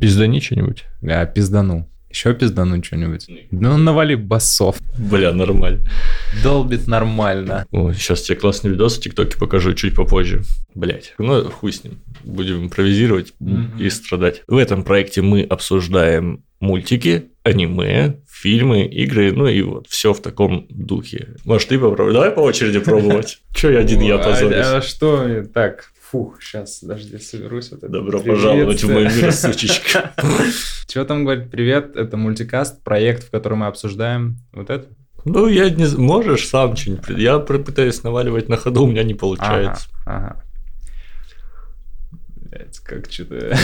Пиздани что-нибудь. Я Э, пиздану. Еще пиздану что-нибудь. Ну, навали басов. Бля, нормально. Долбит нормально. О, сейчас тебе классный видос в ТикТоке покажу чуть попозже. Блять, ну хуй с ним. Будем импровизировать Мгм. и страдать. В этом проекте мы обсуждаем мультики, аниме, фильмы, игры, ну и вот все в таком духе. Может, ты попробуй. Давай по очереди пробовать. Че я один я А, позорюсь? а что, мне так, фух, сейчас, подожди, соберусь. Вот это Добро пожаловать в мой мир, сучечка. Чего там говорит? Привет, это мультикаст, проект, в котором мы обсуждаем вот это. Ну, я не... з- Можешь сам что-нибудь? прид- Я пр- пытаюсь наваливать на ходу, у меня не получается. Ага, ага. Блядь, как что-то...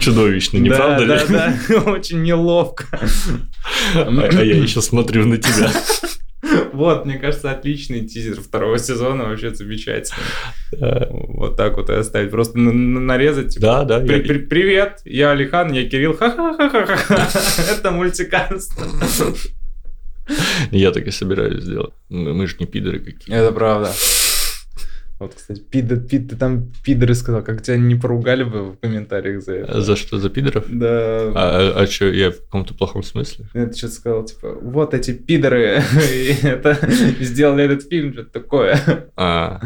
Чудовищно, не Да, правда ли? да, да, очень неловко. А а я еще смотрю на тебя. Вот, мне кажется, отличный тизер второго сезона, вообще замечательный. Э, Вот так вот и оставить, просто на- на- нарезать. типа, Да, да. «При- я- при- Привет, я Алихан, я Кирилл, ха-ха-ха-ха-ха, это мультикаст. Я так и собираюсь сделать. Мы мы же не пидоры какие. Это правда. Вот, кстати, пидор, пид, ты там пидоры сказал, как тебя не поругали бы в комментариях за это. А За что? За пидоров? Да. А, что, я в каком-то плохом смысле? Это что-то сказал, типа, вот эти пидоры и это, сделали этот фильм, что-то такое. А,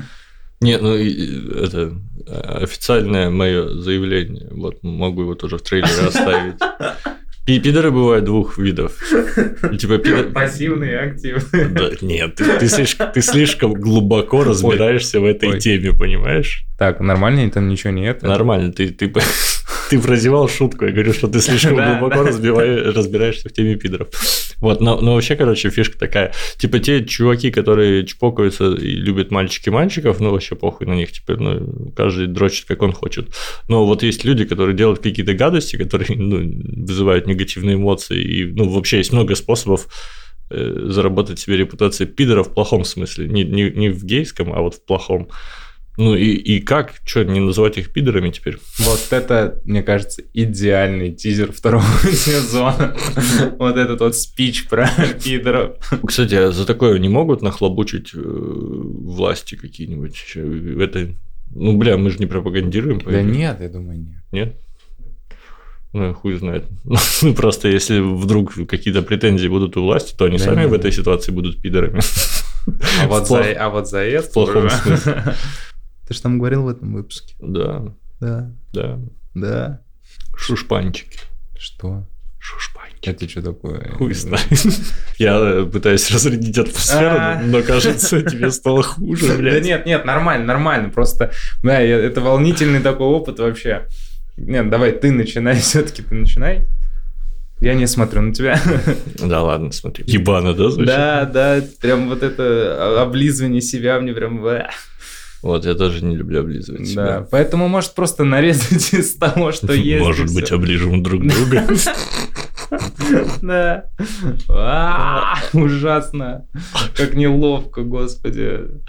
не, ну и- и это э, официальное мое заявление. Вот могу его тоже в трейлере оставить. И пидоры бывают двух видов. И Типа пидор- Пассивные а? и активные. Да, нет, ты, ты слишком, ты слишком глубоко разбираешься в этой Ой. теме, понимаешь? Так, нормально, там ничего нет? Нормально, ты, ты, по- ты прозевал шутку. Я говорю, что ты слишком Да, глубоко да. разбивай- разбираешься в теме пидоров. Вот, но, но вообще, короче, фишка такая. Типа те чуваки, которые чпокаются и любят мальчики мальчиков, ну вообще похуй на них, типа, ну, каждый дрочит, как он хочет. Но вот есть люди, которые делают какие-то гадости, которые ну, вызывают негативные эмоции. И, ну, вообще есть много способов э, заработать себе репутацию пидора в плохом смысле. Не, не, не в гейском, а вот в плохом. Ну и, и как, что, не называть их пидорами теперь? Вот это, мне кажется, идеальный тизер второго сезона. Вот этот вот спич про пидоров. Кстати, а за такое не могут нахлобучить э, власти какие-нибудь? Ещё Это, ну, бля, мы же не пропагандируем. Да поэтому- нет, я думаю, нет. Нет? Ну, я хуй знает. Ну, просто если вдруг какие-то претензии будут у власти, то они Да сами нет. в этой ситуации будут пидорами. А В вот, плох- за, а вот за это... в плохом уже- смысле. Ты же там говорил в этом выпуске. Да, Да, да. да. Шушпанчики. Что? Шушпанчики. Это что такое? Хуй знает. Я э, пытаюсь разрядить А. атмосферу, но кажется, тебе стало хуже, Да блядь. нет, нет, нормально, нормально. Просто, да, я- это волнительный такой опыт вообще. Нет, давай ты начинай, все-таки ты начинай. Я не смотрю на тебя. Да ладно, смотри. Ебано, да, звучит? Да, да, прям вот это о- облизывание себя мне прям... бэ. Вот, я тоже не люблю облизывать Да, себя. поэтому, может, просто нарезать из того, что есть. и Может быть, всё. оближем друг друга. Да. А, Ужасно. Как неловко, господи.